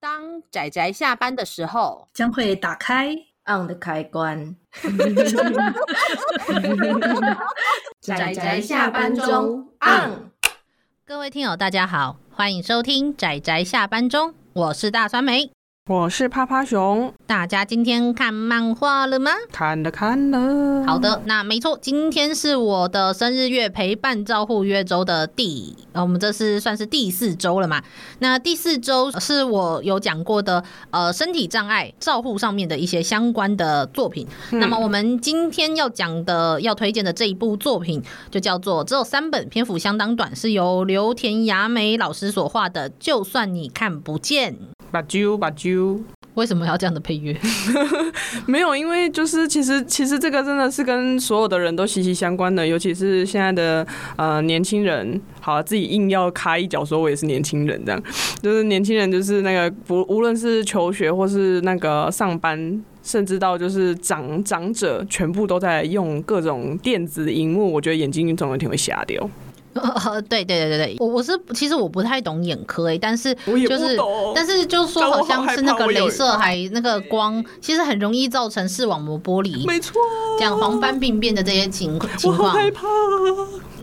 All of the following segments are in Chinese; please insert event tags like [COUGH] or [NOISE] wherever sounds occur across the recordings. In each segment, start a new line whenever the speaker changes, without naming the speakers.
当仔仔下班的时候，
将会打开。
on 的开
[LAUGHS]
关。
宅宅下班中 on 各位听友大家好，欢迎收听《仔仔下班中》，我是大酸梅。
我是趴趴熊，
大家今天看漫画了吗？
看了看了，
好，的，那没错，今天是我的生日月陪伴照护月周的第，呃，我们这是算是第四周了嘛？那第四周是我有讲过的，呃，身体障碍照护上面的一些相关的作品。那么我们今天要讲的、要推荐的这一部作品，就叫做只有三本，篇幅相当短，是由刘田雅美老师所画的《就算你看不见》。
把揪把揪，
为什么要这样的配乐？
没有，因为就是其实其实这个真的是跟所有的人都息息相关的，尤其是现在的呃年轻人，好自己硬要开一脚说我也是年轻人这样，就是年轻人就是那个不无论是求学或是那个上班。甚至到就是长长者，全部都在用各种电子荧幕，我觉得眼睛总有一天会瞎掉。
呃， [LAUGHS] 对对对对对，我我是其实我不太懂眼科诶、欸但是
我也
就
不
是
懂，
但是就说
但我
好
好
像
害
是那
怕
个
我有
镭射还那个光，其实很容易造成视网膜剥离，
没错，
讲黄斑病变的这些情
我
情
好
况，
害怕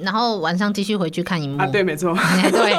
然后晚上继续回去看荧幕。
[LAUGHS] 啊！对，没错，
哎 [LAUGHS] 对。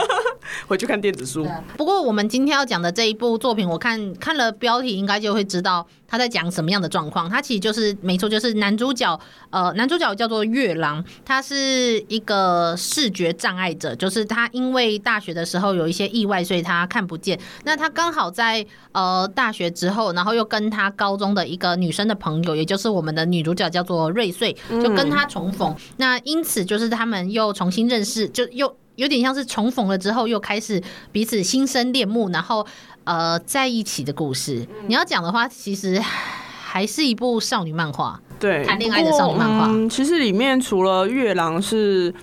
回去看电子书。
不过我们今天要讲的这一部作品，我看看了标题，应该就会知道他在讲什么样的状况。他其实就是没错，就是男主角，呃，男主角叫做月郎，他是一个视觉障碍者，就是他因为大学的时候有一些意外，所以他看不见。那他刚好在呃大学之后，然后又跟他高中的一个女生的朋友，也就是我们的女主角叫做瑞穗，就跟他重逢。那因此就是他们又重新认识，就又。有点像是重逢了之后，又开始彼此心生恋慕，然后呃在一起的故事。你要讲的话，其实还是一部少女漫画。
对，
谈恋爱的少女漫画
不过嗯。其实里面除了月郎是。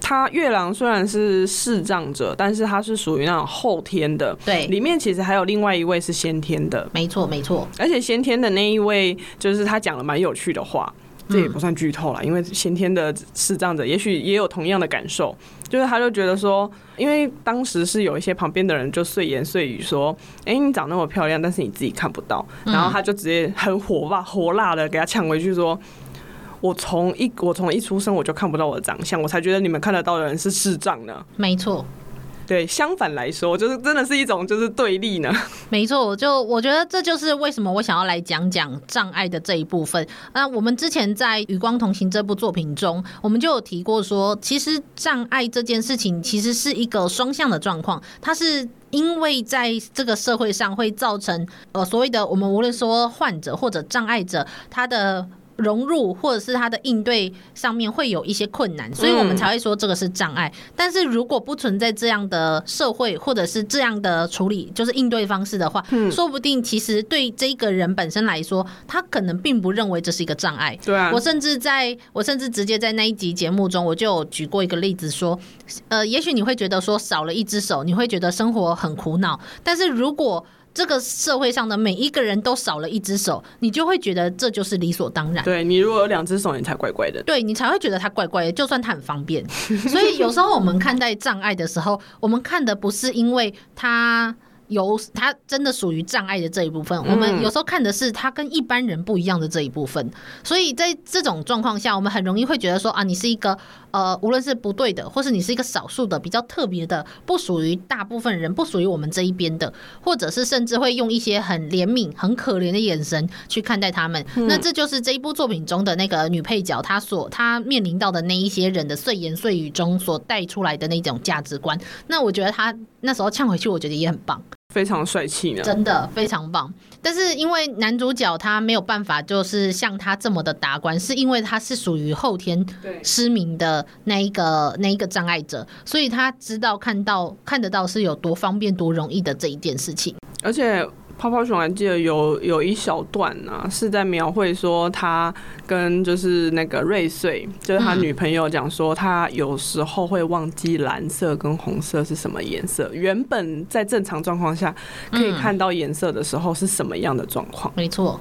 他月郎虽然是视障者，但是他是属于那种后天的。
对，
里面其实还有另外一位是先天的，
没错，没错。
而且先天的那一位就是他讲了蛮有趣的话，这也不算剧透了，因为先天的视障者也许也有同样的感受，就是他就觉得说，因为当时是有一些旁边的人就碎言碎语说，哎、你长那么漂亮，但是你自己看不到，然后他就直接很火辣火辣的给他呛回去说。我从一我从一出生我就看不到我的长相，我才觉得你们看得到的人是视障 [LAUGHS] 呢。
没错，
对，相反来说，就是真的是一种就是对立呢。
没错，我就我觉得这就是为什么我想要来讲讲障碍的这一部分。那我们之前在《与光同行》这部作品中，我们就有提过说，其实障碍这件事情其实是一个双向的状况，它是。因为在这个社会上会造成呃所谓的我们无论说患者或者障碍者他的融入或者是他的应对上面会有一些困难，所以我们
嗯
才会说这个是障碍。但是如果不存在这样的社会或者是这样的处理，就是应对方式的话，说不定其实对这个人本身来说，他可能并不认为这是一个障碍。
对啊
我，甚至在我甚至直接在那一集节目中，我就有举过一个例子说，呃，也许你会觉得说少了一只手，你会觉得生活很苦恼，但是如果这个社会上的每一个人都少了一只手，你就会觉得这就是理所当然。
对你如果有两只手，你才怪怪的。
对你才会觉得它怪怪的，就算它很方便。所以有时候我们看待障碍的时候，我们看的不是因为它有它真的属于障碍的这一部分，我们有时候看的是它跟一般人不一样的这一部分。所以在这种状况下，我们很容易会觉得说啊，你是一个呃，无论是不对的，或是你是一个少数的、比较特别的，不属于大部分人，不属于我们这一边的，或者是甚至会用一些很怜悯、很可怜的眼神去看待他们。那这就是这一部作品中的那个女配角，她所她面临到的那一些人的碎言碎语中所带出来的那种价值观。那我觉得她那时候呛回去，我觉得也很棒。
非常帅气呢。
真的非常棒。但是因为男主角他没有办法，就是像他这么的达观，是因为他是属于后天
对
失明的那一个那一个障碍者，所以他知道看到看得到是有多方便多容易的这一件事情。
而且泡泡熊还记得有有一小段啊，是在描绘说他跟就是那个瑞穗，就是他女朋友讲说，他有时候会忘记蓝色跟红色是什么颜色。原本在正常状况下可以看到颜色的时候是什么样的状况，
没错，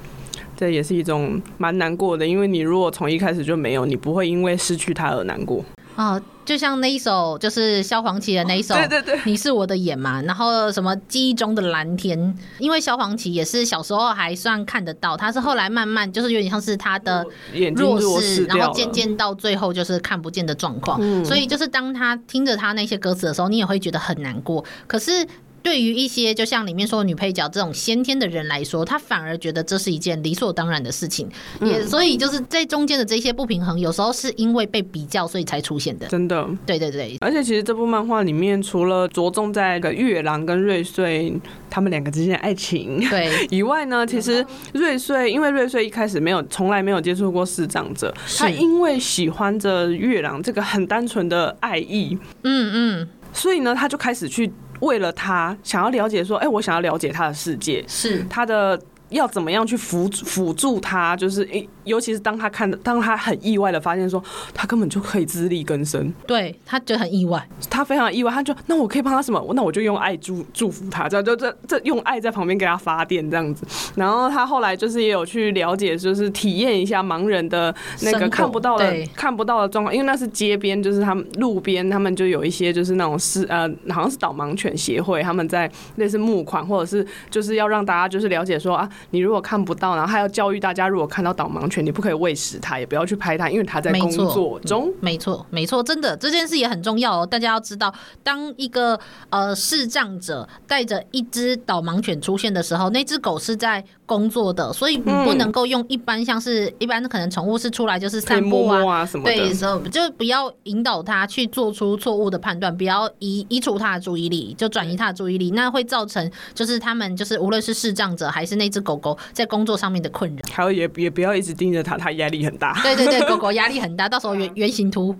这也是一种蛮难过的，因为你如果从一开始就没有，你不会因为失去它而难过。
啊、就像那一首就是萧煌奇的那一首，
对对对，
你是我的眼嘛，然后什么记忆中的蓝天，因为萧煌奇也是小时候还算看得到，他是后来慢慢就是有点像是他的
眼睛
弱
势
势，
掉了，嗯
然后渐渐到最后就是看不见的状况。所以就是当他听着他那些歌词的时候，你也会觉得很难过。可是。对于一些就像里面说的女配角这种先天的人来说，他反而觉得这是一件理所当然的事情，
嗯
也所以就是在中间的这些不平衡，有时候是因为被比较所以才出现的。
真的。
对对
[LAUGHS]
对，
而且其实这部漫画里面，除了着重在个月郎跟瑞穗他们两个之间的爱情， [LAUGHS]
对，
以外呢，其实瑞穗因为瑞穗一开始没有从来没有接触过视障者，
是
他因为喜欢着月郎这个很单纯的爱意，
嗯嗯，
所以呢，他就开始去为了他想要了解说，哎、我想要了解他的世界，
是
他的。要怎么样去辅辅助他？就是，诶尤其是当他看，当他很意外的发现说，他根本就可以自力更生，
对，他觉得很意外，
他非常意外，他就那我可以帮他什么？那我就用爱祝祝福他，这样就这这用爱在旁边给他发电这样子。然后他后来就是也有去了解，就是体验一下盲人的那
生
个
活
看不到的
对
看不到的状况，因为那是街边，就是他们路边他们就有一些就是那种是呃好像是导盲犬协会，他们在类似募款或者是就是要让大家就是了解说啊，你如果看不到，然后还要教育大家，如果看到导盲犬，你不可以喂食它，也不要去拍它，因为它在
没
工
错嗯
作中。
没错，没错，真的这件事也很重要哦。大家要知道，当一个呃视障者带着一只导盲犬出现的时候，那只狗是在工作的，所以你
嗯
不能够用一般像是、一般可能宠物是出来就是
可以
散
摸
步啊。
摸啊什么的，
对，时候就不要引导它去做出错误的判断，不要移移除它的注意力，就转移它的注意力，那会造成就是他们就是无论是视障者还是那只狗狗在工作上面的困
[LAUGHS]
扰。 [LAUGHS]
还有也也不要一直盯着他，他压力很大。 [LAUGHS]
对对对，狗狗压力很大，到时候原原型图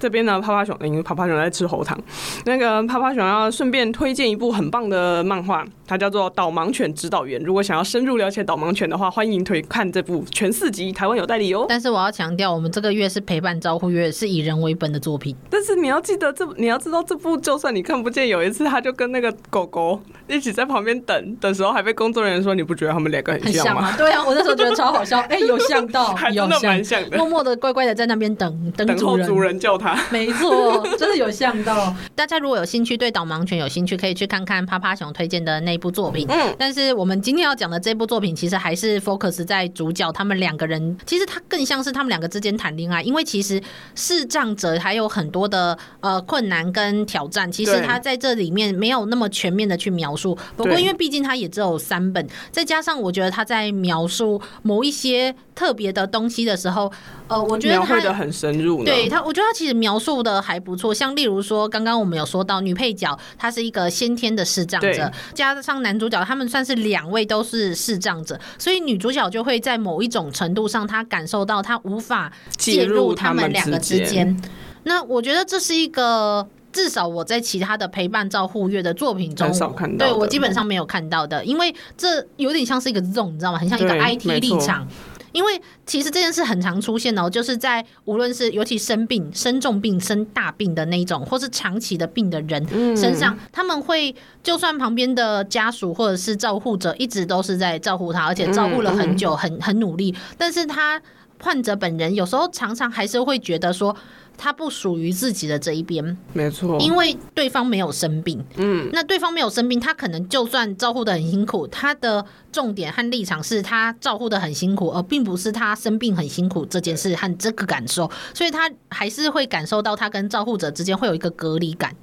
这边呢，趴趴熊，因为趴趴熊在吃喉糖，那个趴趴熊要顺便推荐一部很棒的漫画，它叫做《导盲犬指导员》。如果想要深入了解导盲犬的话，欢迎推看这部全四集，台湾有代理哦。
但是我要强调，我们这个月是陪伴照护月，是以人为本的作品。
[LAUGHS] 但是你要记得这，你要知道这部，就算你看不见，有一次他就跟那个狗狗一起在旁边等的时候，还被工作人员说你不觉得他们两个很像吗？
啊，对啊，我那时候觉得超好笑，哎、有像到
[LAUGHS] 还，真
有
的蛮
像，
像的
默。默的乖乖的在那边等等
等
主
候 [LAUGHS]
人。
族啊人叫他，
没错，真的有像到。大家如果有兴趣对导盲犬有兴趣，可以去看看趴趴熊推荐的那部作品。
嗯，
但是我们今天要讲的这部作品，其实还是 focus 在主角他们两个人，其实它更像是他们两个之间谈恋爱，因为其实视障者还有很多的呃困难跟挑战，其实
对
他在这里面没有那么全面的去描述。不过
对
因为毕竟他也只有三本，再加上我觉得他在描述某一些特别的东西的时候，呃，我觉得
描
他
绘的很深入呢。
对他，我觉得他其实描述的还不错。像例如说，刚刚我们有说到女配角，她是一个先天的视障者
对，
加上男主角，他们算是两位都是视障者，所以女主角就会在某一种程度上，她感受到她无法介入他们两个之间。那我觉得这是一个。至少我在其他的陪伴照护月的作品中，
很少看到
对
的
我基本上没有看到的，因为这有点像是一个 zone，你知道吗？很像一个
对
IT
没
立
错
场。因为其实这件事很常出现哦，就是在无论是尤其生病、生重病、生大病的那一种，或是长期的病的人
嗯
身上，他们会就算旁边的家属或者是照护者一直都是在照顾他，而且照顾了很
嗯
久、很很努力，但是他患者本人有时候常常还是会觉得说。他不属于自己的这一边，
没错，
因为对方没有生病，嗯，那对方没有生病，他可能就算照顾的很辛苦，他的重点和立场是他照顾的很辛苦，而并不是他生病很辛苦这件事和这个感受，所以他还是会感受到他跟照顾者之间会有一个隔离感。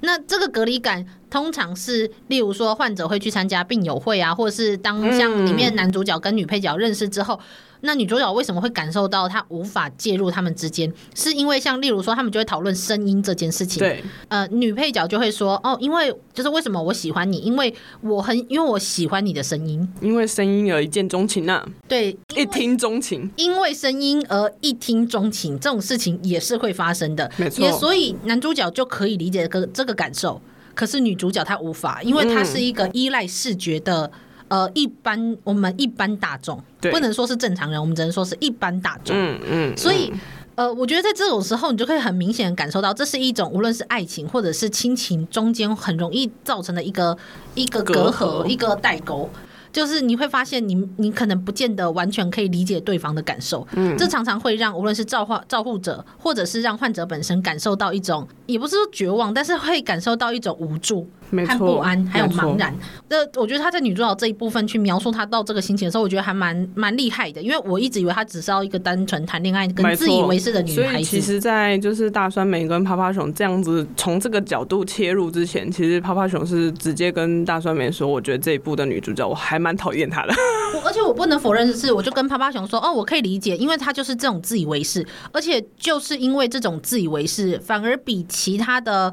那这个隔离感通常是，例如说患者会去参加病友会啊，或者是当像里面男主角跟女配角认识之后，那女主角为什么会感受到她无法介入他们之间？是因为像例如说，他们就会讨论声音这件事情。
对，
呃，女配角就会说，哦，因为就是为什么我喜欢你，因为我很因为我喜欢你的声音，
因为声音而一见钟情呐、
对，
一听钟情，
因为声音而一听钟情，这种事情也是会发生的，
没错
也所以男主角就可以理解这个这个感受，可是女主角她无法，因为她是一
嗯
个依赖视觉的。呃，一般我们一般大众
对
不能说是正常人，我们只能说是一般大众。
嗯嗯，
所以，呃，我觉得在这种时候，你就可以很明显地感受到，这是一种无论是爱情或者是亲情中间很容易造成的一个一个隔
隔
阂、
阂
一个代沟。就是你会发现你你可能不见得完全可以理解对方的感受，嗯，这常常会让无论是照患照护者，或者是让患者本身感受到一种，也不是说绝望，但是会感受到一种无助。
没
和
错，
不安，还有
没错
茫。然。那我觉得他在女主角这一部分去描述她到这个心情的时候，我觉得还蛮蛮厉害的，因为我一直以为她只是要一个单纯谈恋爱跟
没
自以
错
为是的女
所
孩
以其
子。
实，在就是大酸梅跟趴趴熊这样子从这个角度切入之前，其实趴趴熊是直接跟大酸梅说，我觉得这一部的女主角我还蛮讨厌她的。
我而且我不能否认的是，我就跟趴趴熊说，哦，我可以理解，因为她就是这种自以为是，而且就是因为这种自以为是，反而比其他的。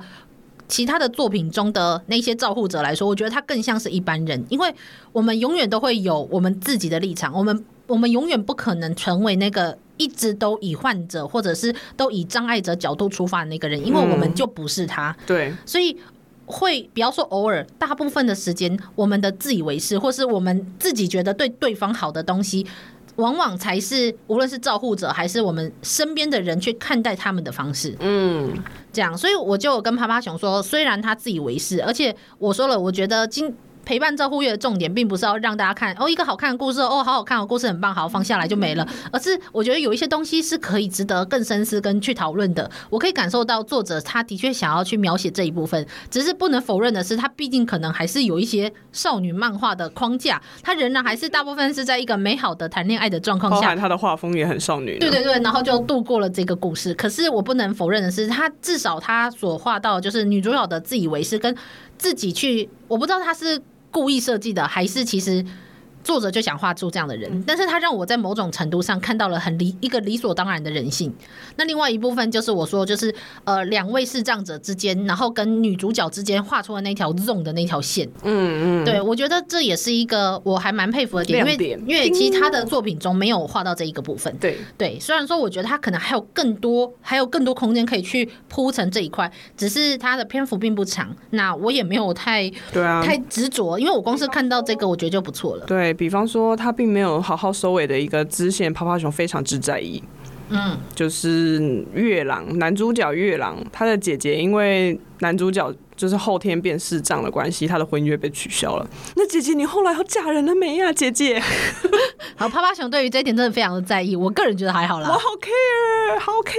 其他的作品中的那些照护者来说，我觉得他更像是一般人，因为我们永远都会有我们自己的立场，我们我们永远不可能成为那个一直都以患者或者是都以障碍者角度出发的那个人，因为我们就不是他。
对，
所以会不要说偶尔，大部分的时间，我们的自以为是，或是我们自己觉得对对方好的东西，往往才是无论是照护者还是我们身边的人去看待他们的方式。
嗯，
这样，所以我就有跟趴趴熊说，虽然他自以为是，而且我说了，我觉得今。陪伴照护月的重点，并不是要让大家看哦一个好看的故事哦，好好看哦，故事很棒，好放下来就没了。而是我觉得有一些东西是可以值得更深思跟去讨论的。我可以感受到作者他的确想要去描写这一部分，只是不能否认的是，他毕竟可能还是有一些少女漫画的框架，他仍然还是大部分是在一个美好的谈恋爱的状况
[LAUGHS] 包
下
含她的画风也很少女呢。
对对对，然后就度过了这个故事。可是我不能否认的是，他至少他所画到的就是女主角的自以为是跟自己去，我不知道他是故意设计的，还是其实作者就想画出这样的人。
嗯
但是他让我在某种程度上看到了很理一个理所当然的人性。那另外一部分就是我说，就是呃两位视障者之间，然后跟女主角之间画出的那条 z 的那条线。
嗯嗯，
对，我觉得这也是一个我还蛮佩服的点，因为
亮点
因为其实他的作品中没有画到这一个部分。
对，
对，虽然说我觉得他可能还有更多，还有更多空间可以去铺成这一块，只是他的篇幅并不长。那我也没有太
对啊，
太执着，因为我光是看到这个，我觉得就不错了。
对比方说，他并没有好好收尾的一个支线，泡泡熊非常之在意。嗯，就是月朗男主角月朗，他的姐姐因为男主角就是后天变视障的关系，他的婚约被取消了。那姐姐，你后来要嫁人了没呀、姐姐，
好，趴趴熊对于这一点真的非常的在意，我个人觉得还好
我
啦
好，care，好 care。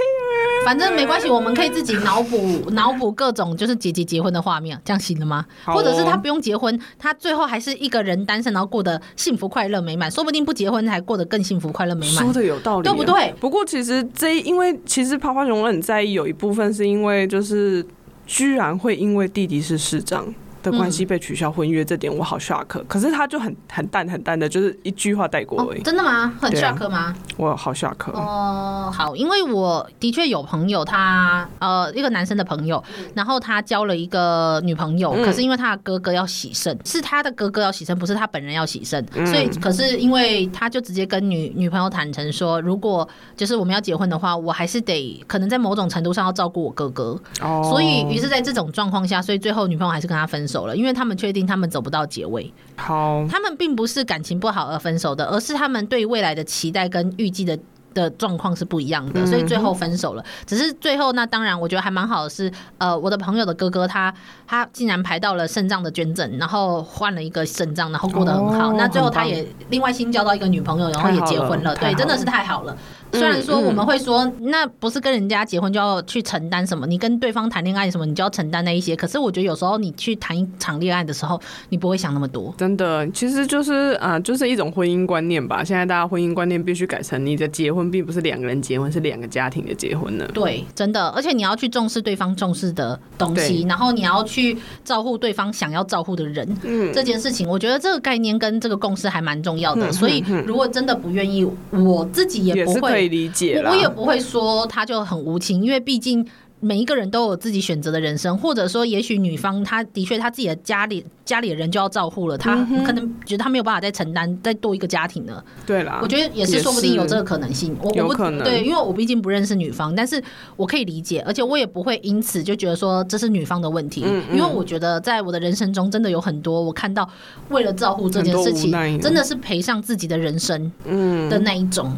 反正没关系，我们可以自己脑补脑补各种就是姐姐结婚的画面，这样行了吗？
好哦
或者是他不用结婚，他最后还是一个人单身，然后过得幸福快乐美满，说不定不结婚还过得更幸福快乐美满
说。的有道理、啊，
对不对？
不过其实这一因为其实泡泡熊我很在意，有一部分是因为就是居然会因为弟弟是市长的关系被取消婚约，这点我好 shock。可是他就很很淡很淡的，就是一句话带过
哦
而已，，
真的吗？很
对啊
shock 吗？
我好 shock。
哦，好，因为我的确有朋友他，呃一个男生的朋友，然后他交了一个女朋友，
嗯
可是因为他的哥哥要洗肾，是他的哥哥要洗肾，不是他本人要洗肾，
嗯
所以可是因为他就直接跟女女朋友坦诚说，如果就是我们要结婚的话，我还是得可能在某种程度上要照顾我哥哥，
哦，
所以于是在这种状况下，所以最后女朋友还是跟他分手了，因为他们确定他们走不到结尾，
好，
他们并不是感情不好而分手的，而是他们对未来的期待跟预计的。的状况是不一
嗯
样的，所以最后分手了。只是最后那当然，我觉得还蛮好的是，呃，我的朋友的哥哥他他竟然排到了肾脏的捐赠，然后换了一个肾脏，然后过得很好。
哦
那最后
很棒
他也另外新交到一个女朋友，然后也结婚了。
太好
对，
了太好了嗯
真的是太好了。虽然说我们会说，那不是跟人家结婚就要去承担什么，你跟对方谈恋爱什么，你就要承担那一些。可是我觉得有时候你去谈一场恋爱的时候，你不会想那么多。
真的，其实就是啊、呃就是一种婚姻观念吧。现在大家婚姻观念必须改成，你的结婚并不是两个人结婚，是两个家庭的结婚呢。
对，真的，而且你要去重视对方重视的东西，然后你要去照顾对方想要照顾的人，嗯，这件事情，我觉得这个概念跟这个共识还蛮重要的。所以，如果真的不愿意，我自己也
嗯也
不
是可以
会，
理解啦。
我我也不会说他就很无情，因为毕竟。每一个人都有自己选择的人生，或者说，也许女方她的确她自己的家里家里的人就要照顾了，她
嗯
可能觉得她没有办法再承担再多一个家庭了，
对啦，
我觉得也是，
也
说不定有
啊是
这个可能性。我
有
我不
可能
对，因为我毕竟不认识女方，但是我可以理解，而且我也不会因此就觉得说这是女方的问题，
嗯
因为我觉得在我的人生中真的有很多我看到为了照顾这件事
很多无奈
情，真的是赔上自己的人生
嗯
的那一种。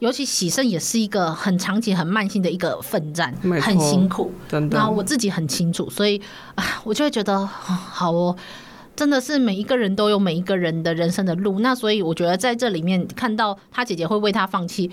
尤其洗肾也是一个很长期、很慢性的一个奋战
没，错
很辛苦。
真的
[LAUGHS] 然后我自己很清楚，所以啊，我就会觉得啊好哦。真的是每一个人都有每一个人的人生的路。那所以我觉得在这里面看到他姐姐会为他放弃，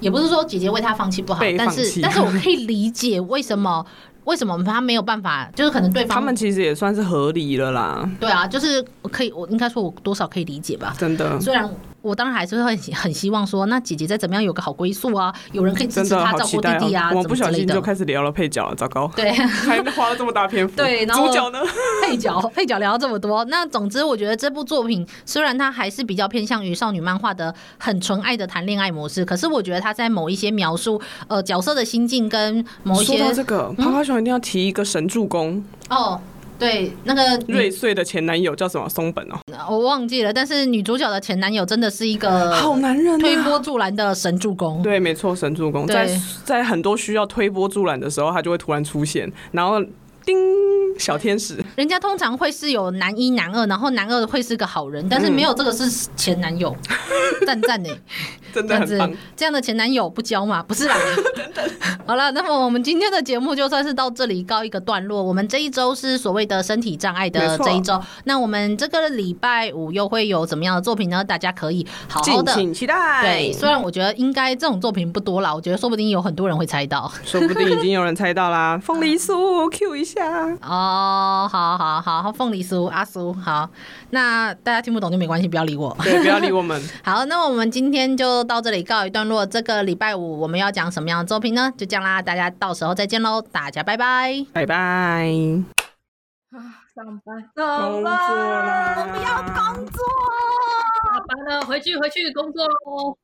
也不是说姐姐为他放弃不好
被，
但
放
是
弃
但是我可以理解为什么为什么他没有办法，就是可能对
他
方
们其实也算是合理了啦，
对啊，就是我可以我应该说我多少可以理解吧。
真的。
虽然我当然还是会很很希望说，那姐姐再怎么样有个好归宿啊，有人可以支
真
持
的
她
好
照
期
顾弟
待
弟
哦！
啊，
我
怎
们不
么
小
之类
心就
的。
开始聊了配角了，糟糕，
[LAUGHS] 对，
还花了这么大篇幅。
对然后
主角呢？
配角 [LAUGHS] 配角聊到这么多，那总之我觉得这部作品虽然它还是比较偏向于少女漫画的很纯爱的谈恋爱模式，可是我觉得它在某一些描述呃角色的心境跟某一
说
些嗯
到这个，趴趴熊一定要提一个神助攻，
哦。对，那个
瑞
女
穗的前男友叫什么？松本哦，
我忘记了，但是女主角的前男友真的是一个
好男人
呃推
啊！
波助澜的神助攻。
对，没错，神助攻
对
在在很多需要推波助澜的时候，他就会突然出现，然后叮，小天使，
人家通常会是有男一、男二，然后男二会是个好人，但是没有这个是前男
[LAUGHS]
友，赞赞呢。欸
真
[LAUGHS] 这
的
样
很
子
棒。
这样的前男友不交嘛？不是 [LAUGHS] 啦。好了，那么我们今天的节目就算是到这里告一个段落。我们这一周是所谓的身体障碍的
没错
这一周，那我们这个礼拜五又会有怎么样的作品呢？大家可以好好
敬
的。
请期待。
对，虽然我觉得应该这种作品不多啦，我觉得说不定有很多人会猜到。
说不定已经有人猜
[LAUGHS]
到啦。凤梨酥，Q 一下。
哦，好好好，凤梨酥、阿酥，好，那大家听不懂就没关系，不要理我。
对，不要理我们。
[LAUGHS] 好，那我们今天就到这里告一段落。这个礼拜五我们要讲什么样的作品呢？就这样啦，大家到时候再见喽，大家拜拜。
拜拜。
上班，
工作啦！不要工
下班了，回去回去工作喽。